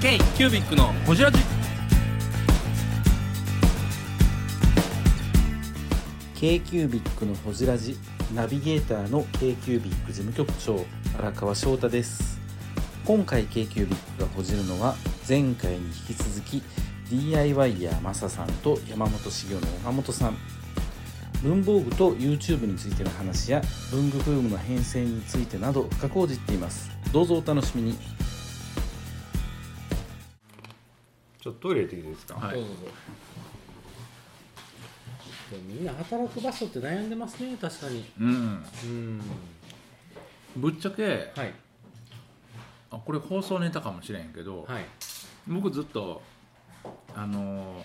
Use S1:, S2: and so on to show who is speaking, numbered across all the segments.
S1: K キュービックのホジラジ
S2: k q b i c のほじラジナビゲーターの k q b i c 事務局長荒川翔太です今回 k q b i c がほじるのは前回に引き続き DIY やマサさんと山本修行の岡本さん文房具と YouTube についての話や文具ブームの変遷についてなど深くをじっていますどうぞお楽しみに
S3: ちょっとトイレ行ってきていいですか、
S1: はい
S4: どうぞどうぞでもみんな働く場所って悩んでますね確かに
S1: うん
S4: うん
S1: ぶっちゃけ
S4: はい
S1: あこれ放送ネタかもしれんけど、
S4: はい
S1: 僕ずっとあのー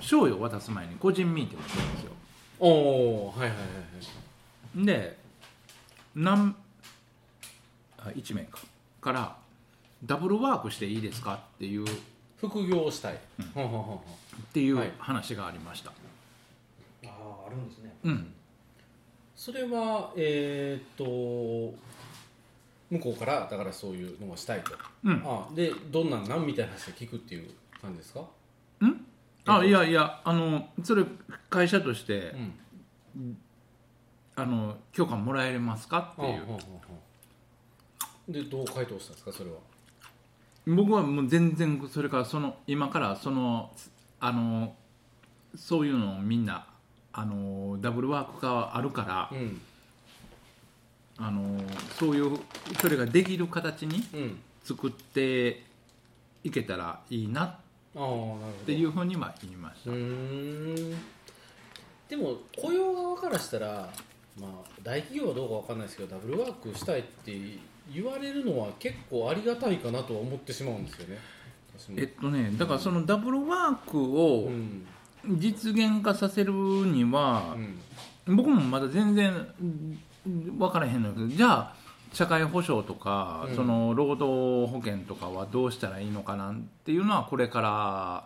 S1: 賞与を渡す前に個人ミーティングをするんですよ
S4: おおはいはいはい
S1: で何あ1名かからダブルワークしていいですかっていうっ
S4: 副業をしたい、ほんほんほんほん
S1: ていう
S4: はい
S1: 話がありました、
S4: あああるんですね
S1: うん
S4: それはえーっと向こうからだからそういうのをしたいと、
S1: うん
S4: あでどんなんなんみたいな話を聞くっていう感じですか
S1: あいやいやあのそれ会社として、
S4: うん
S1: あの許可もらえますかって
S4: ほん
S1: い
S4: ほんほんほんでどう回答したんですかそれは
S1: う僕はもう全然それからその今からそのあのそういうのをみんなあのダブルワークがあるから、
S4: うん
S1: あのそういうそれができる形に
S4: うん
S1: 作っていけたらいいなっ
S4: ああなるほど
S1: ていうふうには言いました、
S4: うーんでも雇用側からしたら、まあ、大企業はどうかわかんないですけどダブルワークしたいって言われるのは結構ありがたいかなとは思ってしまうんですよね私も
S1: えっとねだからそのダブルワークを
S4: うん
S1: 実現化させるには
S4: う、ん
S1: 僕もまだ全然うん分からへんのやけどじゃあ社会保障とか、
S4: うん
S1: その労働保険とかはどうしたらいいのかなっていうのはこれか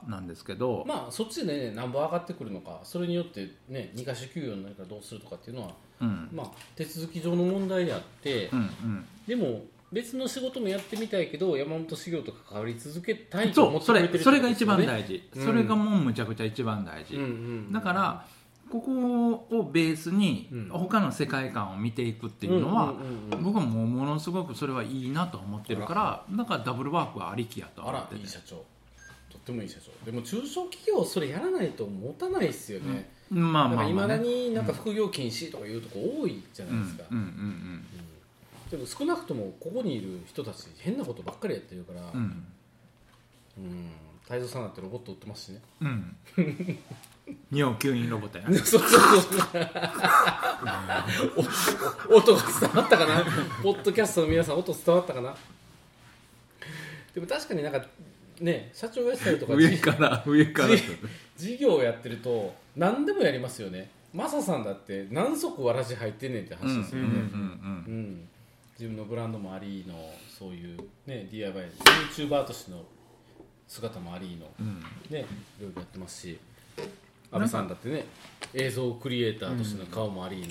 S1: らなんですけど、
S4: まあそっちでね何本上がってくるのかそれによってね2か所給与になるからどうするとかっていうのは、
S1: うん
S4: まあ、手続き上の問題であって、
S1: うんうん
S4: でも別の仕事もやってみたいけど山本修行と関わり続けたいと
S1: そ
S4: 思
S1: う
S4: って
S1: そ
S4: くれ
S1: れ
S4: てる
S1: それが一番
S4: 事、
S1: 大事、
S4: うん
S1: それがもうむちゃくちゃ一番大事、
S4: うんうん、
S1: だからここをベースに
S4: うん
S1: 他の世界観を見ていくっていうのは、
S4: んんうんうん
S1: 僕はもうものすごくそれはいいなと思ってるからだからダブルワークはありきやと思
S4: あ
S1: っ
S4: ら
S1: て
S4: いい
S1: て
S4: 社長とってもいい社長でも中小企業それやらないと持たないですよね、
S1: まあ
S4: なん
S1: ま
S4: か
S1: あ
S4: い
S1: ま
S4: ま
S1: あ、
S4: だ
S1: ね、
S4: になんか副業禁止とかいうとこ多いじゃ
S1: う
S4: ないです
S1: ん
S4: か、
S1: うんうんうん
S4: でも少なくともここにいる人たち変なことばっかりやってるから
S1: う
S4: うん
S1: ん
S4: 太蔵さんだってロボット売ってますしね
S1: うん、日本吸引ロボットや
S4: そうそう そうおお音が伝わったかなポッドキャストの皆さん音伝わったかなでも確かになんかね社長がやってたりとか
S1: 上から上から
S4: じ事業をやってると何でもやりますよねマサさんだって何足わらじ入ってんねんって
S1: うんうん
S4: 話です
S1: うん
S4: よ
S1: う
S4: ね、
S1: ん
S4: うん自分のブランドもありのそういう、ね、DIYYouTuber としての姿もありの、
S1: うん
S4: ね、いろいろやってますし阿部さんだってね映像クリエイターとしての顔もあり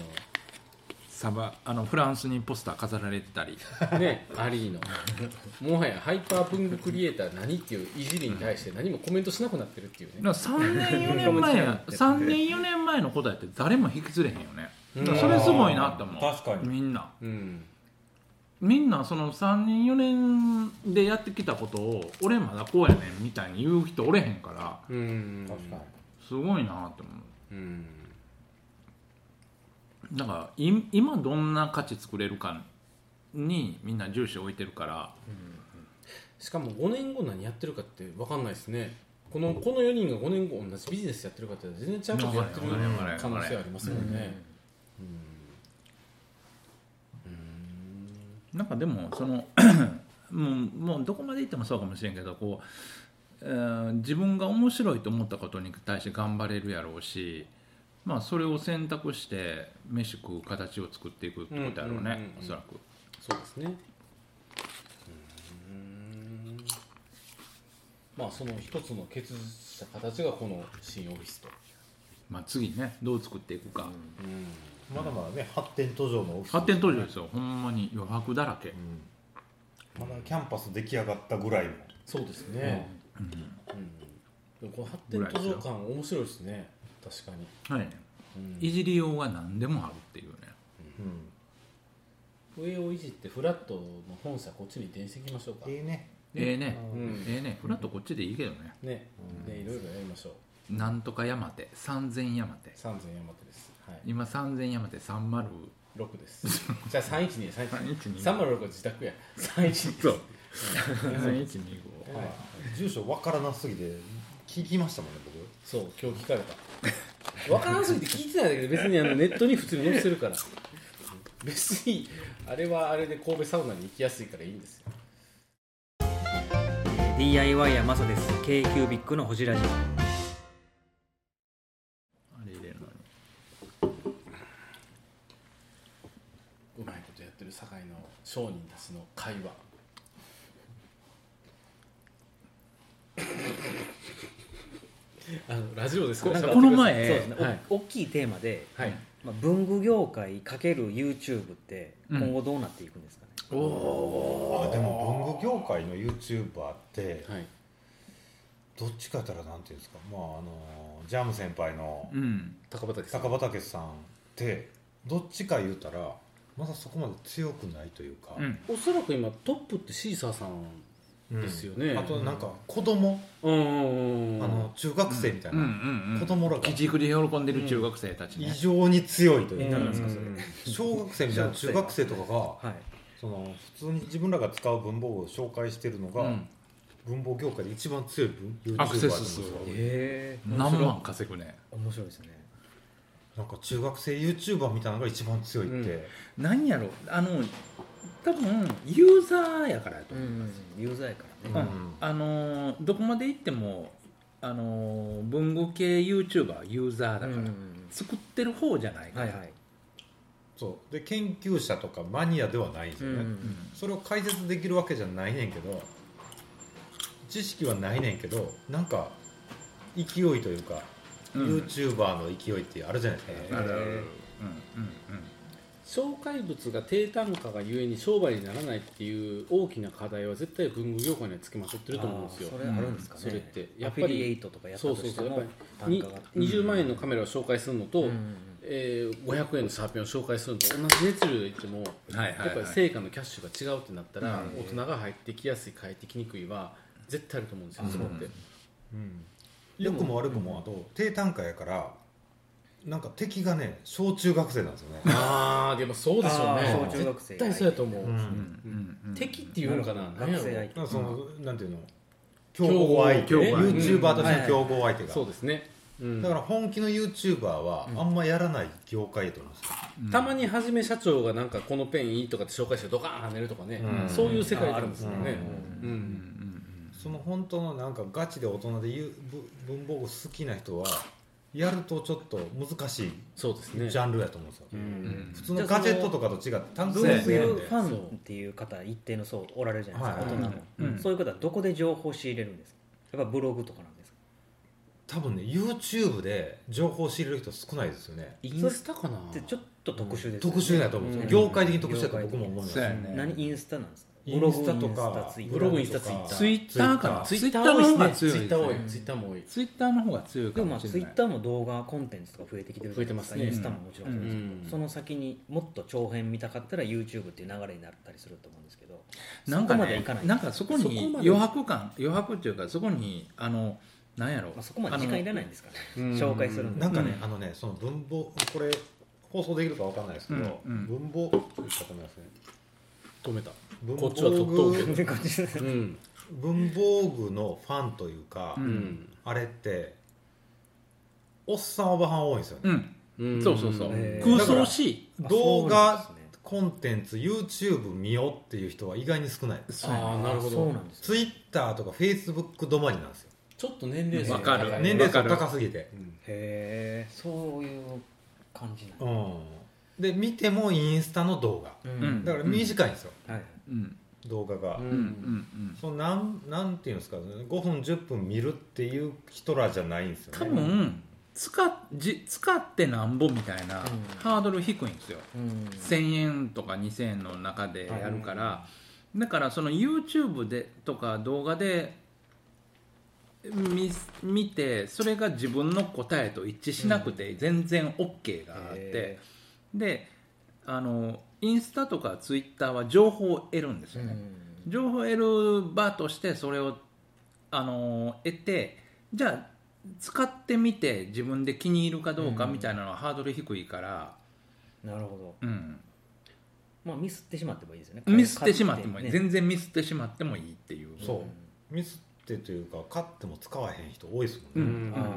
S1: サバあのフランスにポスター飾られてたり
S4: の、ね、ありのもはやハイパー文具クリエイター何っていういじりに対して何もコメントしなくなってるっていうね
S1: だから3年4年前 や3年4年前の答えって誰も引きずれへんよねだからそれすごいなって思う
S3: 確かに
S1: みんな
S4: うん
S1: みんなその3年4年でやってきたことを俺まだこうやねんみたいに言う人おれへんから
S4: うん
S3: 確かに
S1: すごいなって思
S4: うん
S1: うだからい今どんな価値作れるかにみんな重視置いてるから
S4: しかも5年後何やってるかって分かんないですねこのこの4人が5年後同じビジネスやってるかって全然違うことやってる
S1: わかるわかるわか
S4: 可
S1: る
S4: 能性ありますもんね
S1: なんかでもその もうもうどこまで行ってもそうかもしれんけどこう、えー自分が面白いと思ったことに対して頑張れるやろうし、まあ、それを選択して飯食う形を作っていくってことやろう
S4: うんうん
S1: ね
S4: うんうん
S1: おそらく
S4: そうですねうんまあその一つの結実した形がこの新オフィスと
S1: まあ、次ねどう作っていくか、
S3: まだまだね発展途上のオフィス
S1: 発展途上ですよほんまに余白だらけ、
S3: まだキャンパス出来上がったぐらいの
S4: そうですね、うんでもこの発展途上感面白いですね確かに、
S1: はい、
S4: うん
S1: いじりようが何でもあるっていうね
S3: うん
S4: 上をいじってフラットの本社こっちに移転していきましょうか
S3: ええね
S1: ええね
S4: うん
S1: ええねフラットこっちでいいけどね
S4: ね
S3: うん
S4: ねいろいろやりましょう
S1: なんとか山手三千山手
S4: 三千山手ですはい
S1: 今三千山手三丸
S4: 六ですじゃあ三一二三一
S1: 312
S4: 二三丸六は自宅や三一二
S1: そう三一二五
S4: はい
S3: 住所わからなすぎて聞きましたもんね僕
S4: そう今日聞かれた分からんすぎて聞いてないんだけど別にあのネットに普通に載せてるから別にあれはあれで神戸サウナに行きやすいからいいんですよ
S5: DIY やマサです k q b i c のほじラジ
S1: あれ入れるのに
S4: うまいことやってる堺の商人たちの会話あのラジオですから
S1: この前
S5: そうですね、
S4: はい
S5: お大きいテーマで、
S4: はい
S5: まあ、文具業界 ×YouTube って
S1: うん
S5: 今後どうなっていくんですかね、
S1: おお
S3: あでも文具業界の YouTuber って
S4: はい
S3: どっちかやったらなんていうんですかまああのジャム先輩の
S1: うん
S4: 高畑さん
S3: 坂畑さんってどっちか言うたらまだそこまで強くないというか、
S1: うん
S4: おそらく今トップってシーサーさん
S3: うん
S4: ですよね
S3: あとなんか子供、
S4: うんうんうん
S3: あの中学生みたいな、
S1: うんうんうん
S3: 子供らが
S1: きちくり喜んでる中学生たちね
S3: 異常に強いというか、
S5: うん
S3: それ小学生みたいな中学生とかが
S5: はい、
S3: その普通に自分らが使う文房具を紹介してるのが、
S1: うん
S3: 文房業界で一番強い文 YouTuber
S1: アクセス数
S3: なんですよ
S5: え
S1: 何万稼ぐね
S5: 面白いですね
S3: なんか中学生 YouTuber みたいなのが一番強いって、
S4: う
S1: 何やろあの多分ユーザーやからやと
S5: う
S1: 思う、
S5: ん有罪から
S1: う
S5: ね、
S1: ん
S3: うん
S1: あのーどこまで行ってもあのー文語系 YouTuber はユーザーだから、
S5: うん
S1: 作ってる方じゃないか
S5: は
S1: ら、
S5: いはい、
S3: そうで研究者とかマニアではないんですよね、
S5: うん
S3: それを解説できるわけじゃないねんけど知識はないねんけどなんか勢いというか、
S1: うん
S3: ユー YouTuber の勢いってあるじゃないです
S1: あ
S3: か、
S1: るあるある
S5: へー
S1: うんうんうん
S4: 紹介物が低単価がゆえに商売にならないっていう大きな課題は絶対文具業界にはつきまとってると思うんですよ
S5: あーそれあるんですかね、
S4: うんそれってや
S5: ア
S4: っぱ
S5: フ
S4: り
S5: ィリエイトとかやった
S4: そう
S5: と
S4: そう
S5: して
S4: そうやっぱ
S5: も
S4: り
S5: 単
S4: に
S5: 価が
S4: 20万円のカメラを紹介するのと、
S5: うんうん
S4: えー500円のシャーペンを紹介するのと同じ熱量でいって
S1: は
S4: も、
S1: いはいはい
S4: やっぱり成果のキャッシュが違うってなったら、
S1: う
S4: 大人が入ってきやすい帰ってきにくいは絶対あると思うんですよ、そこって
S3: うん良くも悪くもあと低単価やからなんか敵がね小中学生なんですよね
S4: ああでもそうでしょう
S5: あ
S4: ね
S5: ー小中学生
S4: 絶対そうやと思う、
S3: うん
S1: うんうんうん
S4: 敵って いうのかな何やろ
S5: 学生相手
S3: なんかその、なんていうの
S4: 競
S3: 競
S4: 合
S3: 合相手
S1: 競合相手
S3: YouTuber としての競合相手が、
S4: そうですね、うん
S3: だから本気の YouTuber はあんまやらない業界やと思うんですよ、
S4: たまにはじめ社長がなんかこのペンいいとかって紹介してドカーン跳ねるとかね、
S3: うん
S4: そういう世界なんですよ
S3: うん
S4: ね、うん
S3: その本当のなんかガチで大人で言うぶ文房具好きな人はやるとちょっと難しい
S4: そうです
S3: ジ
S4: ね
S3: ャンルやと思うんですよ、
S4: うん
S3: 普通のガジェットとかと違って単
S5: 文
S1: そう
S3: 純に
S1: や
S3: す
S5: 具
S3: ぎるん
S5: フ
S3: で
S5: ァンっていう方一定の層おられるじゃないですか、
S3: はい
S5: 大人も、
S1: うんうん
S5: そういう方はどこで情報を仕入れるんですかやっぱブログとかなんですか
S3: 多分ね YouTube で情報を仕入れる人少ないですよね
S4: インスタかな
S5: でちょっと特殊ですよね
S3: 特殊だと思うんですよ、
S5: うん
S3: 業界的に特殊だと僕も思うんです
S1: そう
S3: よ
S1: やね
S5: 何インスタなんですか
S3: インスタとか
S5: ブログインスタツイッタ
S4: ブ
S5: ー
S4: ログインスタ
S1: ツイ
S4: ツイッター
S1: ッターかな
S4: ツ
S1: ツイ
S4: イッ
S1: ッ
S4: タ
S1: ター
S4: ー多
S1: の
S4: いです
S1: 方が強いですね
S4: ねツイッター多いツイッターも多い
S1: ツイッターの方が強い
S5: で
S1: か
S5: もまあ
S1: もし
S5: ツ
S1: れ
S5: イ
S1: ない
S5: ッターも動画コンテンツとか増えてきてるじゃないですか
S4: 増えてますね
S5: インスタももちろんそうですけど、
S4: うん
S5: その先にもっと長編見たかったら YouTube っていう流れになったりすると思うんですけど
S1: なんか
S5: そこまではい
S1: ね
S5: かない
S1: なんかそこ
S4: そこ
S1: に
S4: まで
S1: 余白感余白っていうかそこにあのなんやろ
S5: まあ、そこまで時間いらないんですか
S4: う
S5: ら
S4: ん
S5: ね紹介するの
S3: なんかね、
S1: うん
S3: あのねその文房これ放送できるかわかんないですけど、
S1: うんうん
S3: 文房ちょっとごめんなさい
S4: 止めた
S3: 文
S4: こっちは取っと
S3: 房
S4: うけ
S3: 具
S4: ど
S5: でこっちです
S4: うん
S3: 文房具のファンというか、
S1: うん
S4: うん、
S3: あれっておっさんおばはん多いんですよね、
S1: うん
S4: うん
S1: そうそうそう
S5: へー
S1: 空想しい
S5: あ
S3: 動画
S5: そうなんですね
S3: コンテンツ YouTube 見ようっていう人は意外に少ない
S1: そうやね
S4: ああなるほ
S5: そ
S4: ど
S5: うなんですね
S3: Twitter とか Facebook 止まりなんですよ
S4: ちょっと年齢層
S1: わかる
S4: 高い
S3: 年齢層
S1: わかる
S3: 高すぎて
S4: うん
S5: へえそういう感じなんだ
S3: うんで見てもインスタの動画
S5: うん
S1: うん
S3: だから短いんですよ、
S5: はい
S1: うん
S3: 動画が、
S4: うん
S1: うんうん
S3: そのなんなんていうんですか5分10分見るっていう人らじゃないんですよね
S1: 多分使っじ使ってなんぼみたいな
S5: うん
S1: ハードル低いんですよ
S5: うん
S1: 1000円とか2000円の中でやるから、だからその YouTube でとか動画で見見てそれが自分の答えと一致しなくて全然 OK があって
S5: へ、
S1: であのインスタとかツイッターは情報を得るんです
S5: う
S1: よね、
S5: ん
S1: 情報を得る場としてそれをあの得てじゃあ使ってみて自分で気に入るかどうかみたいなのはハードル低いから、
S5: なるほ
S1: う
S5: ど
S1: ん
S5: まあミスってしまってもいいですよね
S1: ミスってしまってもいい、
S5: ね
S1: 全然ミスってしまってもいいっていう
S3: そうミスってというか勝っても使わへん人多いです
S1: うん
S3: も
S1: うん
S3: ね、
S1: ん
S5: あ
S1: うん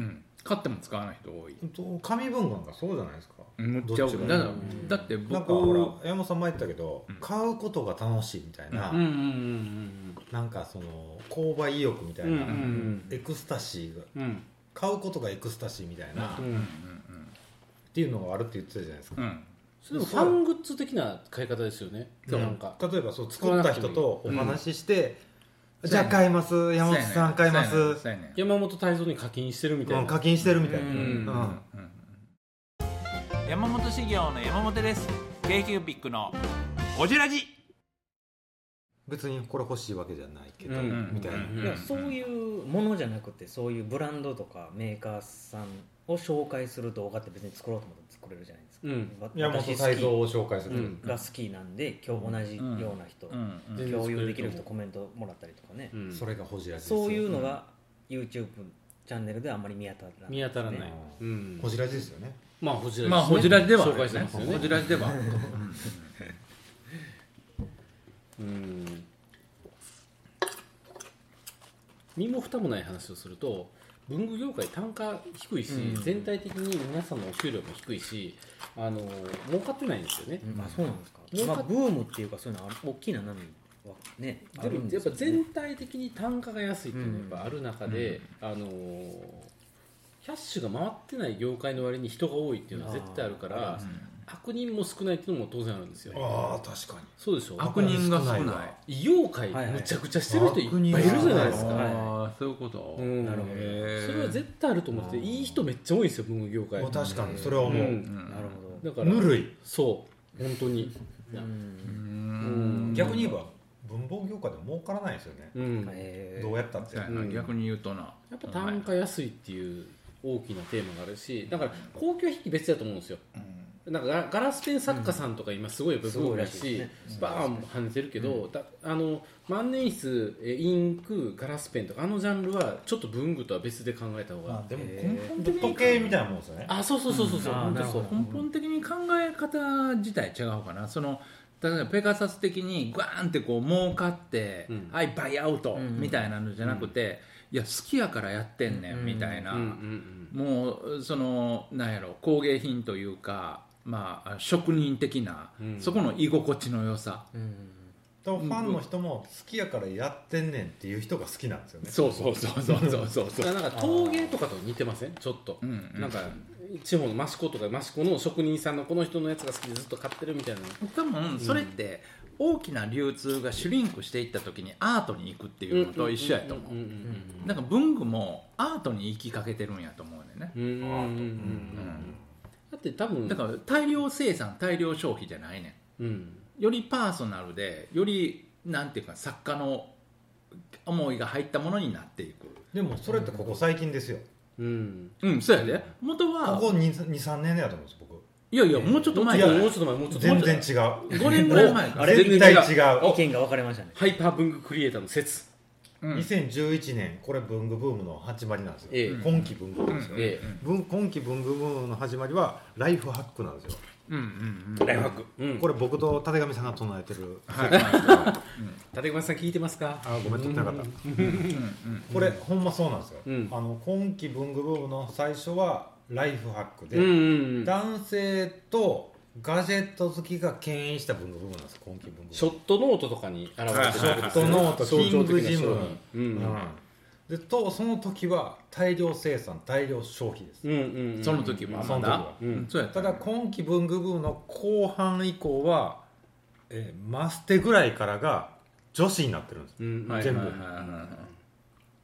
S1: うんうん買っても使わない人多い
S3: と紙文化がそうじゃないですか
S1: むっちゃ多
S3: どっちも
S1: いだから
S4: ん
S1: だって
S3: なんか
S1: 僕
S3: ほら山本さん前言ったけど、
S1: うん
S3: 買うことが楽しいみたいな、
S4: うんうんうん
S3: なんかその購買意欲みたいな、
S4: うんうん
S3: エクスタシーが
S4: うんうん
S3: 買うことがエクスタシーみたいな、
S4: う
S3: っ
S4: ん
S3: ていうのがあるって言ってたじゃないですか
S1: うんうん
S4: それでもファングッズ的な買い方ですよね
S3: そう
S4: なんか
S3: 例えばそう作った人とお話しして、じゃ
S1: そ
S3: あ
S1: うやね
S3: 買います山本さん買います、
S1: そうやねんそうやねん
S4: 山本泰造に課金してるみた
S3: う
S4: い
S3: ん、
S4: な
S3: 課金してるみたいな、
S1: う
S3: うんん
S1: 山本修行の山本です k q ビックのおじらじ
S3: 別にこれ欲しいわけじゃないけど、
S4: うん
S3: みたいな、
S1: うん
S5: いやそういうものじゃなくてそういうブランドとかメーカーさんを紹介する動画って別に作ろうと思って作れるじゃないですか、
S4: うん
S5: わ
S3: 山本
S5: 私
S3: 泰造
S5: 好
S3: を紹介する、
S4: うん
S5: きが好きなんで今日同じような人、
S1: うんうん
S4: で
S5: 共有できる人コメントもらったりとかね、
S4: うん
S3: それがほじらじですよ
S5: そういうのが YouTube チャンネルではあんまり見当たらない
S4: 見当たらない
S3: うん
S4: うん
S3: ほじらじですよね
S4: まあホジラジです
S1: ま
S4: ね
S1: あほじらじではあ
S4: 紹
S1: る
S4: 介
S1: ね
S4: してますよね
S1: ほじらじではある
S4: うん身も蓋もない話をすると文具業界単価低いし、全体的に皆さんのお給料も低いしあの儲かってないんですよね、
S5: うんまあそうなんですか、
S4: 儲かっ
S5: まあ、ブームっていうかそういうのは大きな波はねあ
S4: で
S5: る
S4: も
S5: ん
S4: や
S5: で
S4: っ
S5: す
S4: ぱ
S5: よ、ね、
S4: 全体的に単価が安いっていうのがやっぱある中で、あのーキャッシュが回ってない業界の割に人が多いっていうのは絶対あるから、悪人も少ないっていうのも当然あるんですよ、
S3: ああ確かに
S4: そうでしょ
S1: 悪人が少ない
S4: 異業界
S5: はいはい
S4: むちゃくちゃしてる人いっぱいいるじゃないですか、
S5: はい
S1: ああそういうこと、
S4: うん
S5: なるほど
S1: へー
S4: それは絶対あると思ってて
S5: あー
S4: いい人めっちゃ多いんですよ文具業界
S3: もう確かにそれはもう、
S4: うん
S1: うん
S5: なる
S4: だ
S5: ほ
S4: から
S3: ぬるい、
S4: そう本当に
S5: ど、
S1: う
S5: うん
S1: ん
S3: 逆に言えば文房具業界でも儲からないですよね、
S4: うんや
S5: え
S3: どうやったって、
S1: そうやな
S4: うん
S1: 逆に言うとな
S4: っぱ単価安いっていう大きなテーマがあるしだから公共引き別だと思うんですよなんかガガラスペン作家さんとか今すごいブームだ
S5: すごい
S4: し
S5: らしいですね
S4: バーンも跳ねてるけどだあの万年筆えインクガラスペンとかあのジャンルはちょっと文具とは別で考えた方が
S3: でも
S5: 根
S1: 本的に
S3: 時計みたいなもんですよね
S4: あそうそうそうそうそう
S5: うんあー
S4: 本当そう
S5: なるほ
S1: 根本的に考え方自体違うかなその例えばペガサス的にグワーンってこう儲かって、
S4: うん
S1: はいバイアウト
S5: うん
S1: みたいなのじゃなくて、いや好きやからやってんね
S5: うんん
S1: みたいな、
S4: うんうんうん
S1: もうそのなんやろ工芸品というか、まあ、職人的な、
S4: うん
S1: そこの居心地の良さ、
S5: うん
S3: でもファンの人も好きやからやってんねんっていう人が好きなんですよね、
S1: そうそうそうそうそうそう
S4: だ
S1: そ
S4: か
S1: う、
S4: らなんか陶芸とかと似てませんちょっと、
S1: うんうん
S4: なんか地方の益子とか益子の職人さんのこの人のやつが好きでずっと買ってるみたいな
S1: 多分それって大きな流通がシュリンクしていった時にアートに行くっていうのと一緒やと思う。
S4: うんうん
S1: なんか文具もアートに行きかけてるんやと思うねんね、
S4: うんうんうんうんうんうんだって多分
S1: だから大量生産大量消費じゃないね
S4: うん
S1: んよりパーソナルでよりなんていうか作家の思いが入ったものになっていく
S3: でもそれってここ最近ですよ
S4: うん
S1: うんそうやで元は
S3: ここ23年やと思うんですよ
S1: いやいやもうちょっと前
S4: い
S1: や
S4: やもうちょっと前もうちょっ
S3: 僕
S4: と前
S3: 全然違う
S1: 5年ぐらい前か
S5: あ
S1: ら
S5: れ
S3: 絶対違う
S5: 意見が分かれましたね
S4: ハイパー文具クリエイターの説
S1: うん
S3: 2011年これ文具ブームの始まりなんですよ、
S4: ええ
S3: 今期文具ブームですよ、
S4: え
S3: 文今期文具ブームの始まりはライフハックなんですよ、
S1: うんうん
S4: えライフハック、うん、こ
S3: これ僕と立上さんが唱えてる、
S4: れ立熊さん聞いてますか
S3: あごめん撮ってなかった、
S1: うんうん
S3: これほんまそうなんですよ、
S4: うん
S3: あの今期文具ブームの最初はライフハックで、
S4: うんうんうん
S3: 男性とガジェット好きが牽引した文具ブームなんですよ今期文具ブーム
S4: ショットノートとかに現れてる
S3: ショットノート
S4: 象徴的な
S3: キングジム
S4: 商品うん
S3: うんでとその時は大量生産大量消費です、
S4: うんうんうん
S1: その時はまだ
S4: その時はうん
S1: そうやった
S3: ただ今期文具ブームの後半以降は、えーマステぐらいからが女子になってるんですよ
S4: うん
S1: はい
S3: 全部
S1: はいはいは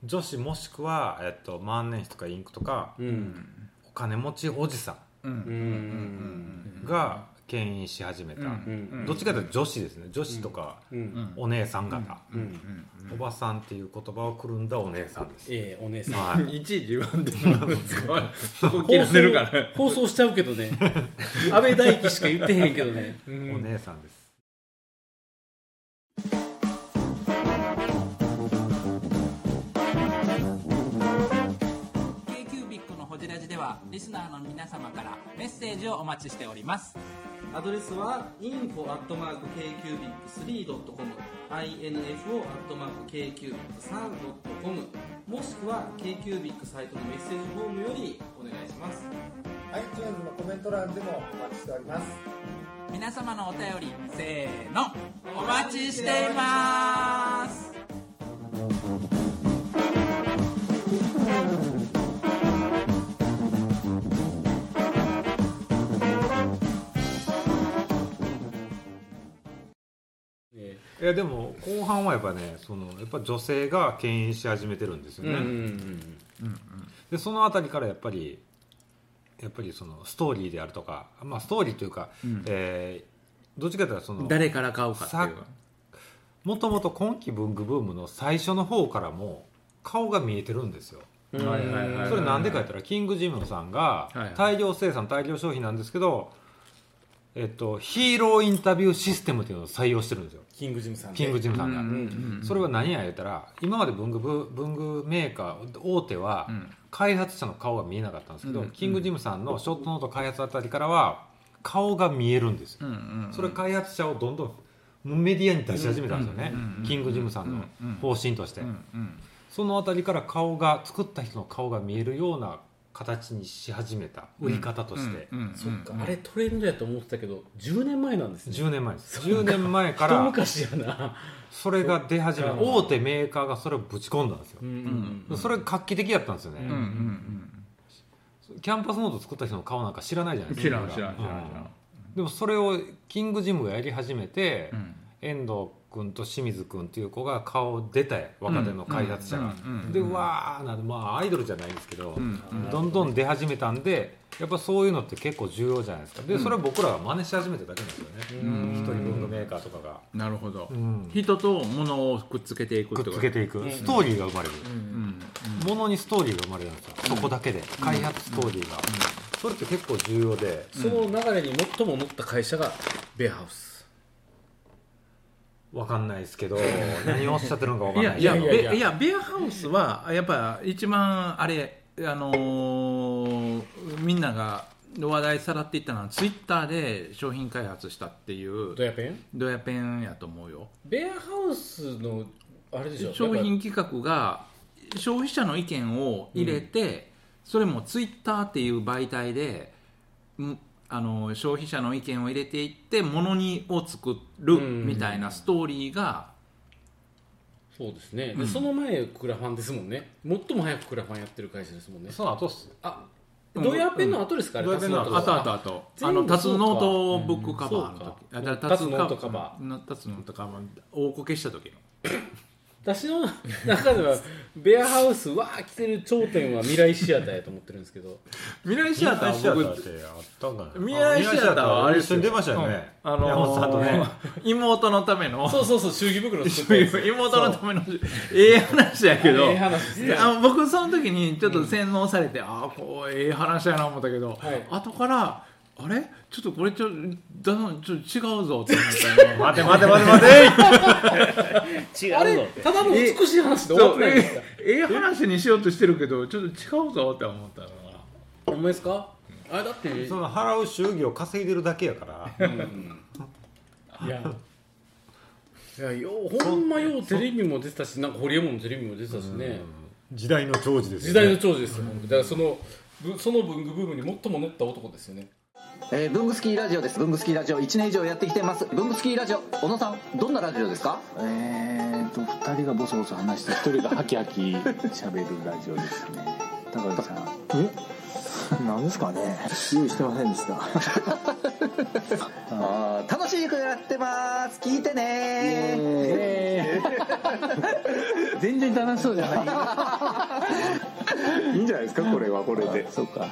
S3: 女子もしくは、えっと万年筆とかインクとか
S4: うん
S3: お金持ちおじさ
S1: いうんうんうん
S4: うん
S3: が牽引し始めた、
S4: ん
S1: ん
S3: どっちかというと女子ですね女子とか
S4: うん、
S1: うん
S3: お姉さん方、
S1: うんうん
S3: おばさんっていう言葉をくるんだお姉さんです、
S4: ええお姉さん
S3: は
S1: うん、いちいち言わんでもらってもそこ切られるから
S4: 放送しちゃうけどね安倍大輝しか言ってへんけどね、う
S3: い、
S4: ん
S3: お姉さんです
S6: k q b i c のホジラジではリスナーの皆様からメッセージをお待ちしております
S7: アドレスは info.kcubic3.com info.kcubic3.com もしくは KQBIC サイトのメッセージフォームよりお願いします
S6: 皆様のお便りせーのお待ちしています
S4: え
S3: いやでも後半はやっぱねそのやっぱ女性が牽引し始めてるんです
S4: え
S3: よね、
S4: うんうん
S3: でそのあたりからやっぱりやっぱりそのストーリーであるとかまあストーリーというか、えーどっちかというとその
S1: 誰から買うかっていう
S3: さもともと今期文具ブームの最初の方からも顔が見えてるんですよ
S4: うん
S1: はいはいはい
S3: それなんでか言ったらキングジムさんが
S1: いはい
S3: 大量生産大量消費なんですけどえっとヒーローインタビューシステムっていうのを採用してるんですよ
S4: キングジムさんね
S3: キングジムさ
S1: うん
S3: が
S1: ん
S3: それは何や言ったら今まで文具部文具メーカー大手は
S1: うん
S3: 開発者の顔が見えなかったんですけど
S1: うん
S3: キングジムさんのショットノート開発あたりからは顔が見えるんですよ
S1: うんうん
S3: それ開発者をどんどんもうメディアに出し始めたんですよね、
S1: うん
S3: キングジムさんの方針として、
S1: うんうん
S3: そのあたりから顔が作った人の顔が見えるような形にし始めた売り方として、
S1: うんうんうん
S4: そっか、あれトレンドやと思ってたけど10年前なんですね
S3: 10年前です10年前か
S4: 一
S3: ら
S4: 昔やな
S3: それが出始め
S4: そっか
S3: 大手メーカーがそれをぶち込んだんですよ
S4: う、ん
S3: それ画期的だったんですよね、
S1: うんうんうん
S3: キャンパスノート作った人の顔なんか知らないじゃないです
S1: 知
S3: から
S1: ん知らん知らん知ら
S3: うん
S1: ん
S3: でもそれをキングジムがやり始めて、
S1: うん
S3: 遠藤君と清水君っていう子が顔出たよ若手の開発者が、
S1: うんうんうんうん
S3: でうわーなんてまあアイドルじゃないんですけど、
S1: うんうん
S3: どんどん出始めたんでやっぱそういうのって結構重要じゃないですかでそれは僕らが真似し始めただけなんですよね
S1: うん
S3: 一人文具メーカーとかが、
S1: なるほど
S3: うん
S1: 人と物をくっつけていく
S3: く
S1: っ
S3: ってつ
S1: こ
S3: け
S1: と
S3: ていく、ストーリーが生まれる、
S1: うん
S3: ものにストーリーが生まれるんですよそこだけで開発ストーリーが、それって結構重要で
S4: その流れに最も乗った会社がベアハウス
S3: 分かんないですけど何をおっしゃってるのか分か
S1: い
S3: んな
S1: や
S3: い
S1: いや
S4: いやいやいや
S1: ベいやベアハウスはやっぱ一番あれあのーみんなが話題さらっていったのはツイッターで商品開発したっていう
S4: ドヤペン
S1: ドヤペンやと思うよ
S4: ベアハウスのあれでしょ
S1: 商
S4: やっ
S1: 品企画が消費者の意見を入れて、それもツイッターっていう媒体でんあの消費者の意見を入れていってものにを作る
S4: うん
S1: みたいなストーリーが、
S4: ぱそうですね、
S1: う
S4: で
S1: ん
S4: その前クラファンですもんね最も早くクラファンやってる会社ですもんね
S3: その後っす
S4: あ
S1: うん
S4: ドヤペンの後ですか、
S3: ドヤペンの後
S1: あとあ
S4: と
S1: とあと
S4: 全
S1: あ
S4: 部
S1: のタツノー
S4: そ
S1: トブックカバーの
S4: うん
S1: 時あ
S4: そうかタツノートカバ
S1: ータツノートカバー大こけした時の
S4: 私の中ではベアハウスわあ来てる頂点は未来シアターやと思ってるんですけど
S1: 未来
S3: シ
S1: シ
S3: ア
S1: ア
S3: タ
S1: タ
S3: ー
S1: ー
S3: シアター
S1: 僕
S3: ってあったんかな
S1: 未来シアターはあれです
S3: 一緒
S1: よ
S3: に出ましたよね、
S1: うんあ
S3: 山本さんと
S1: の
S3: ね
S1: ー妹のための
S4: そうそうそう祝儀袋作ったや つ
S1: 妹のためのええ話やけど
S4: ええ話ですね
S1: あの僕その時にちょっと洗脳されて、ああこうええ話やな思ったけど、
S4: はい
S1: 後からあれちょっとこれちょだなちょっと違うぞって思ったよ
S3: 待て待て待て待 て
S5: 違
S4: あ
S5: うぞ
S4: れ
S5: って
S4: ただの美しい話で終
S1: そ
S4: わっ
S1: う
S4: てないんですか
S1: ええええ話にしようとしてるけどちょっと違うぞって思ったのかな
S4: ほんまですかあれだって
S3: その払う祝儀を稼いでるだけやから
S4: いやいやようほんまようテレビも出てたしなんかホリエモンのテレビも出てたしね
S3: 時代の長寿です
S4: 時代の長寿ですよだからそのぶその文具ブームに最も乗った男ですよね
S8: えー、文具スキーラジオです文具スキーラジオ1年以上やってきてます文具スキーラジオ小野さんどんなラジオですか
S9: えーと2人がボソボソ話して1人がハキハキ喋るラジオですね高木さんえなんですかね用意してませんでした
S8: あー楽しい曲やってます聞いてね
S9: 全然楽しそうじゃないいいんじゃないですかこれはこれでそうか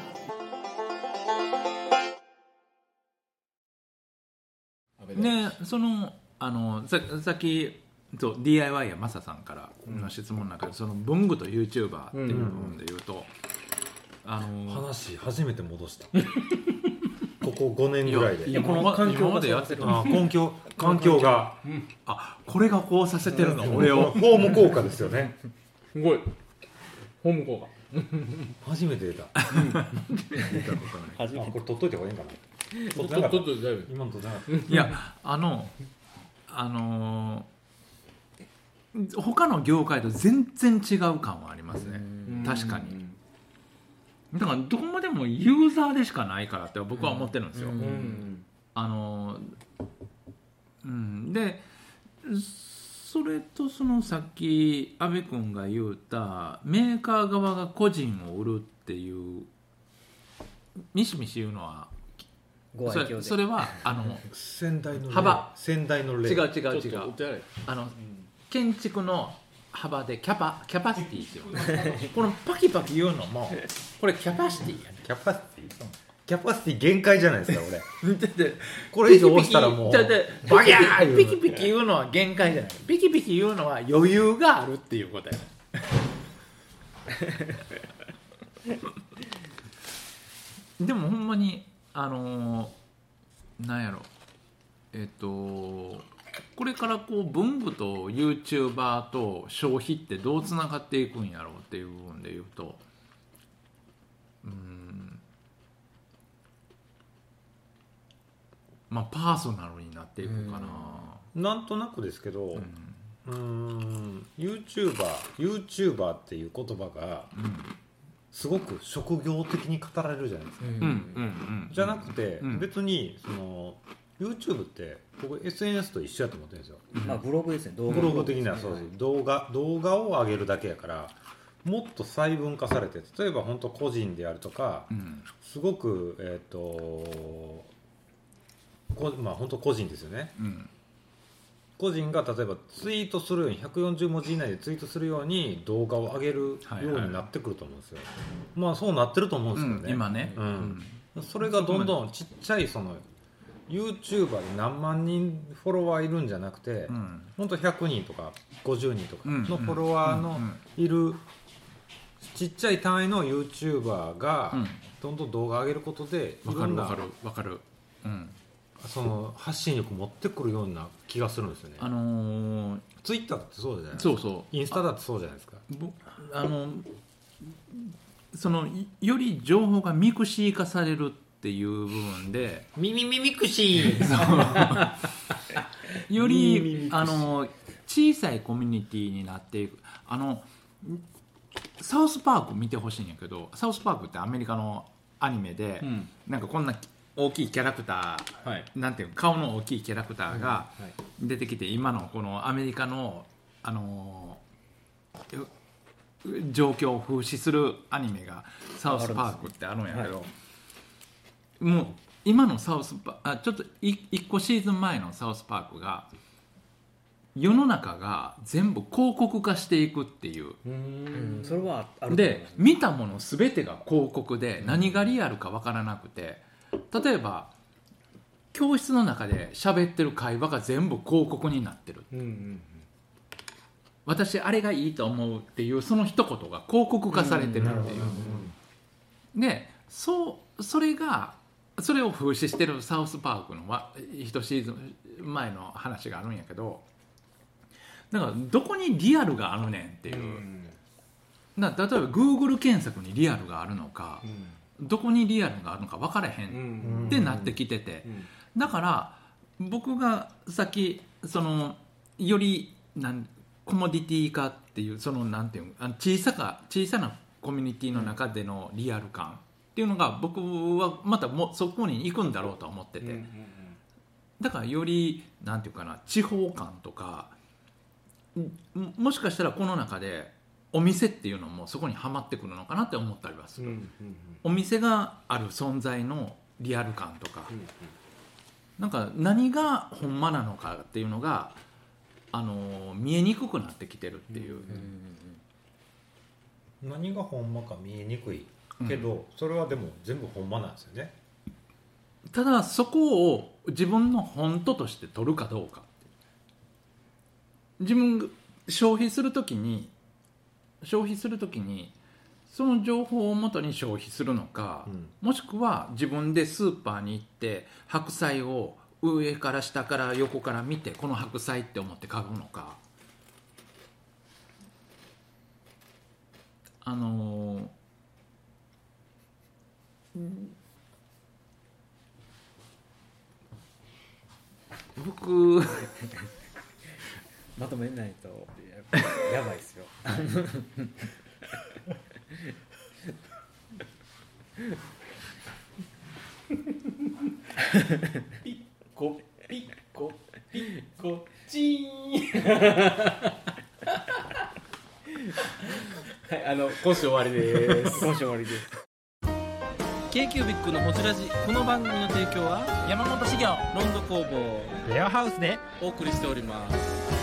S4: べで、
S1: ねそのあのささっきそう DIY やマサさんからの質問の中で、その文具と YouTuber っていう部分で言うと、あの
S3: 話初めて戻した ここ5年ぐらいで
S1: いやこの環境今までやってた
S3: あ 環境環境が
S1: あこれがこうさせてるの、俺を
S3: フォーム効果ですよね
S4: すごいホーム効
S3: 初めて出た あ
S5: 初めて
S3: これ取っといた方がいいんかな取って
S4: 果
S3: な
S4: ち
S3: か
S4: ょったと
S3: っ
S4: だいぶ
S3: 今のとなかった
S1: いやあのあのー他の業界と全然違う感はありますね確かにだからどこまでもユーザーでしかないからって僕は思ってるんですよ、
S4: うん、
S1: あのうんでそれとそのさっき阿部君が言うたメーカー側が個人を売るっていうミシミシ言うのは
S5: ご
S1: そ
S5: 愛
S1: れ
S5: 嬌
S1: そ
S5: で
S1: れはあの
S3: 先代の例
S1: 幅
S3: 先代の例
S1: 違う違う違
S4: ちょっとお
S1: う
S4: 手洗い
S1: あの建築の幅でキャパキャパシティっていう のこのパキパキ言うのもこれキャパシティやね
S3: キャパシティキャパシティ限界じゃないですか 俺
S1: だって
S3: これ以上押したらもう
S1: だって
S3: バキャー言う
S1: ピキピキ言うのは限界じゃないピキピキ言うのは余裕があるっていうことやね でもほんまにあのーなんやろえっ、とこれからこう文具と YouTuber と消費ってどうつながっていくんやろうっていう部分で言うとうーんまあパーソナルになっていくかな、
S3: なんとなくですけどうーん YouTuberYouTuber っていう言葉がすごく職業的に語られるじゃないですか
S1: うんうんうん
S3: じゃなくて
S1: うん
S3: 別にその YouTube って僕 SNS と一緒やと思ってるんですよ
S5: まあブログですね動画
S3: ブログ的なそう
S5: で
S3: です
S5: ね
S3: す動画動画を上げるだけやからもっと細分化されて例えば本当個人であるとか
S1: うん
S3: すごくえっ、とこまあ本当個人ですよね
S1: うん
S3: 個人が例えばツイートするように140文字以内でツイートするように動画を上げるよ
S1: はいうはい
S3: になってくると思うんですよ、まあそうなってると思うんですけどね、
S1: 今ね、
S3: うんそれがどんどんちっちゃいその YouTuber で何万人フォロワーいるんじゃなくて、
S1: う
S3: ほん、
S1: ん
S3: 本当100人とか50人とか
S1: うん
S3: のフォロワー
S1: う
S3: の
S1: ん
S3: いるちっちゃい単位の YouTuber が
S1: うん
S3: どんどん動画上げることでい
S1: わ
S3: ろ
S1: か
S3: ん
S1: るわ
S3: な
S1: かるわかる、うん、
S3: その発信力持ってくるような気がするんですよね
S1: あのー
S3: Twitter ってそうじゃないですか
S1: そうそう
S3: インスタだってそうじゃないですか
S1: ぼあのそのいより情報がミクシー化されるっていう部分で
S3: ミミミミクシー
S1: よ
S3: ミミ
S1: り
S3: ミクシー
S1: あの小さいコミュニティになっていくあのんサウスパーク見てほしいんやけどサウスパークってアメリカのアニメで、
S4: うん
S1: なんかこんな大きいキャラクター
S4: はい
S1: なんていうの顔の大きいキャラクターが
S4: うんはい
S1: 出てきて、今のこのアメリカの、あのーう状況を風刺するアニメが「サウスパーク」ってあるんやけど、もう今のサウスパあちょっとい一個シーズン前の「サウスパーク」が世の中が全部広告化していくっていう。
S5: うんそれはあると思い
S1: で
S5: ます
S1: 見たもの全てが広告で何がリアルか分からなくて例えば教室の中で喋ってる会話が全部広告になってる
S4: うんうん
S1: 私あれがいいと思うっていうその一言が広告化されてるっていう、でそうそれがそれを風刺してるサウスパークのわ一シーズン前の話があるんやけどだからどこにリアルがあるねんっていう、な例えば Google 検索にリアルがあるのか、どこにリアルがあるのか分からへんってなってきてて、だから僕がさっきそのよりなんコモディティ化っていうそのなんていうのあの小さか小さなコミュニティの中でのリアル感っていうのが僕はまたもうそこに行くんだろうとは思ってて、だからよりなんていうかな地方感とかんももしかしたらこの中でお店っていうのもそこにはまってくるのかなって思ったりはする、お店がある存在のリアル感とか、なんか何がほんまなのかっていうのがあのー見えにくくなってきてるっていう、
S3: 何がほんまか見えにくいけど、それはでも全部ほんまなんですよね
S1: ただそこを自分の本当として取るかどうか自分が消費するときに消費するときにその情報をもとに消費するのか、
S3: うん
S1: もしくは自分でスーパーに行って白菜を上から下から横から見てこの白菜って思って買うのかあのー僕
S5: まとめないとややばいですよ
S4: こピッコピッコチーンはいあの今週終わりです
S5: 今週終わりです
S7: k q b i c のホジラジこの番組の提供は
S6: 山本資源
S7: ロンド工房
S3: レアハウスで
S7: お送りしております